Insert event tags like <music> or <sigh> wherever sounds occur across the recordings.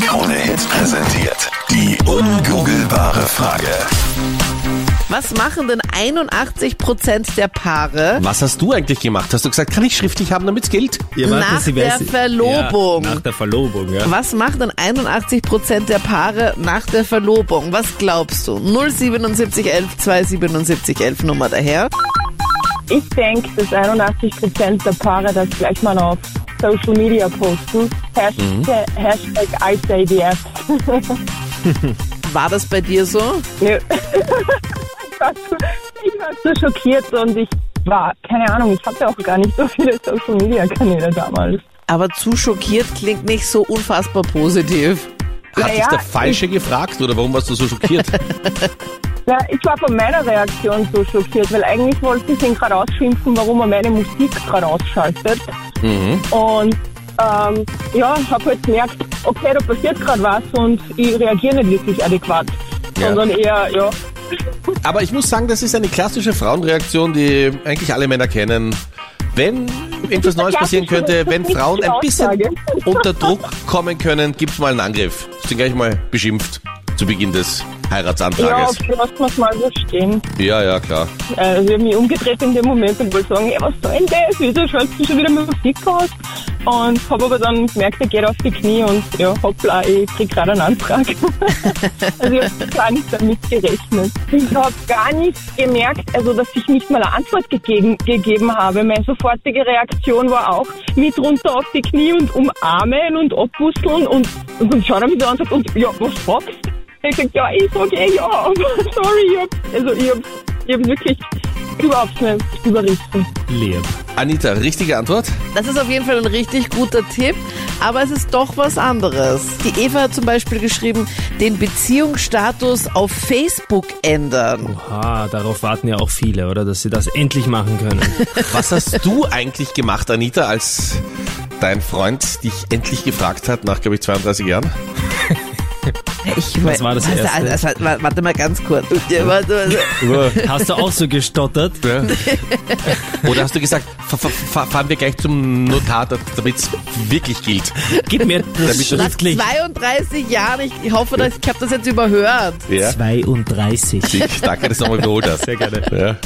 Krone Hits präsentiert. Die ungoogelbare Frage. Was machen denn 81% der Paare Was hast du eigentlich gemacht? Hast du gesagt, kann ich schriftlich haben, damit's gilt? Ihr wart, nach dass sie der weiß- Verlobung? Ja, nach der Verlobung, ja. Was machen denn 81% der Paare nach der Verlobung? Was glaubst du? 07711 27711 Nummer daher. Ich denke, dass 81% der Paare das gleich mal auf Social Media posten. Hashtag, Hashtag ICDF. War das bei dir so? <laughs> Nö. ich, war so, ich war so schockiert und ich war, keine Ahnung, ich hatte auch gar nicht so viele Social Media Kanäle damals. Aber zu schockiert klingt nicht so unfassbar positiv. Hat dich ja, der Falsche gefragt oder warum warst du so schockiert? Ja, ich war von meiner Reaktion so schockiert, weil eigentlich wollte ich ihn gerade ausschimpfen, warum er meine Musik gerade ausschaltet. Und ähm, ja, habe halt gemerkt, okay, da passiert gerade was und ich reagiere nicht wirklich adäquat, Ja. sondern eher, ja, <laughs> Aber ich muss sagen, das ist eine klassische Frauenreaktion, die eigentlich alle Männer kennen. Wenn etwas Neues passieren könnte, wenn Frauen ein bisschen unter Druck kommen können, gibt's mal einen Angriff. Ist dann gleich mal beschimpft zu Beginn des ja, Heiratsantrages. lassen wir es mal so stehen. Ja, ja, klar. Äh, ich habe mich umgedreht in dem Moment und wollte sagen, ey, was soll denn das? Wieso schaltest du schon wieder Musik aus? Und habe aber dann gemerkt, er geht auf die Knie und ja, hoppla, ich krieg gerade einen Antrag. <laughs> also ich habe gar nicht damit gerechnet. Ich habe gar nicht gemerkt, also dass ich nicht mal eine Antwort gegeben, gegeben habe. Meine sofortige Reaktion war auch mit runter auf die Knie und umarmen und abbusteln und, und dann schaut er mich so an und sagt, und, ja, was sagst du? Ich sag, ja, ich sag, eh, ja, <laughs> aber sorry, ich hab, also ich hab, ich hab wirklich überhaupt nicht überrissen. Leben. Anita, richtige Antwort? Das ist auf jeden Fall ein richtig guter Tipp, aber es ist doch was anderes. Die Eva hat zum Beispiel geschrieben, den Beziehungsstatus auf Facebook ändern. Ah, darauf warten ja auch viele, oder? Dass sie das endlich machen können. <laughs> Was hast du eigentlich gemacht, Anita, als dein Freund dich endlich gefragt hat, nach, glaube ich, 32 Jahren? Ich Was war das Erste? Also, also, warte warte mal ganz <laughs> kurz. Ja, warte, warte. Hast du auch so gestottert? Ja. <laughs> Oder hast du gesagt, fa- fa- fa- fahren wir gleich zum Notar, damit es wirklich gilt? Gib mir das Damit du- Nach schriftlich. 32 Jahren, ich hoffe, dass, ich habe das jetzt überhört. Ja. 32. Ich danke, dass du nochmal geholt hast. Sehr gerne. Ja.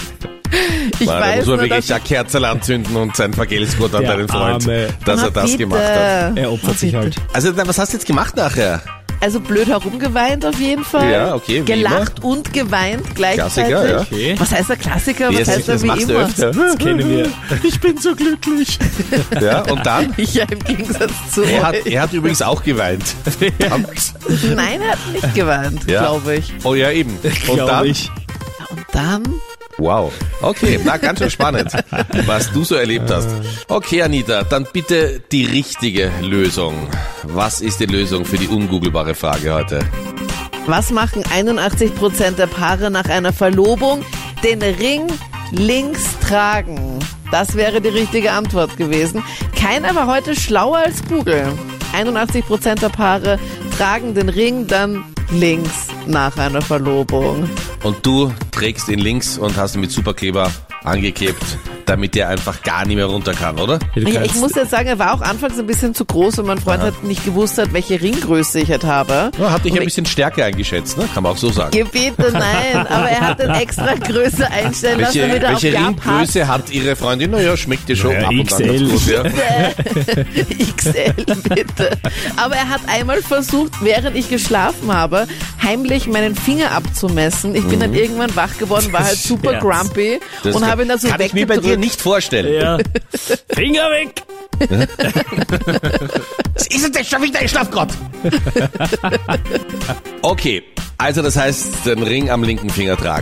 Ich Mann, da weiß muss man nur, wirklich dass ein Kerzel anzünden und sein Vergeltungsgott an Der deinen Freund, Arme. dass Na, er das bitte. gemacht hat. äh, Er opfert sich halt. Also, na, was hast du jetzt gemacht nachher? Also blöd herumgeweint auf jeden Fall. Ja, okay, wie Gelacht und geweint gleichzeitig. Klassiker, ja. Okay. Was heißt der Klassiker? Wie Was ist heißt das er wie machst immer? du öfter. Kennen wir. Ich bin so glücklich. Ja, <laughs> und dann? <laughs> Ja, im Gegensatz zu Er hat, euch. er hat übrigens auch geweint. Verdammt. Nein, er hat nicht geweint, Ja. glaube ich. Oh ja, eben. Und glaub dann? ich. Und dann? Wow. Okay, na ganz schön spannend, was du so erlebt hast. Okay, Anita, dann bitte die richtige Lösung. Was ist die Lösung für die ungoogelbare Frage heute? Was machen 81% der Paare nach einer Verlobung? Den Ring links tragen. Das wäre die richtige Antwort gewesen. Keiner war heute schlauer als Google. 81% der Paare tragen den Ring dann links nach einer Verlobung. Und du trägst ihn links und hast ihn mit Superkleber angeklebt, damit der einfach gar nicht mehr runter kann, oder? Du Ich, ich kannst- muss jetzt sagen, er war auch anfangs ein bisschen zu groß und mein Freund hat nicht gewusst, hat, welche Ringgröße ich halt habe. Ja, hat dich Und ein ich- bisschen stärker eingeschätzt, ne? Kann man auch so sagen. Gebete, nein, aber er hat den extra <laughs> Größe einstellen lassen, Welche, damit er welche auf Ja passt. Ringgröße hat ihre Freundin? Naja, schmeckt dir schon Naja, ab und an ganz XL. gut, ja. XL, bitte. Aber er hat einmal versucht, während ich geschlafen habe, heimlich meinen Finger abzumessen. Ich bin dann irgendwann wach geworden, war halt super Scherz. grumpy Mhm. Das und habe ihn dann so kann ich mir bei dir weggedrückt. nicht vorstellen. Ja. Finger weg! Ist es denn schon wieder ein <laughs> Schlafgott? okay, also das heißt, den Ring am linken Finger tragen.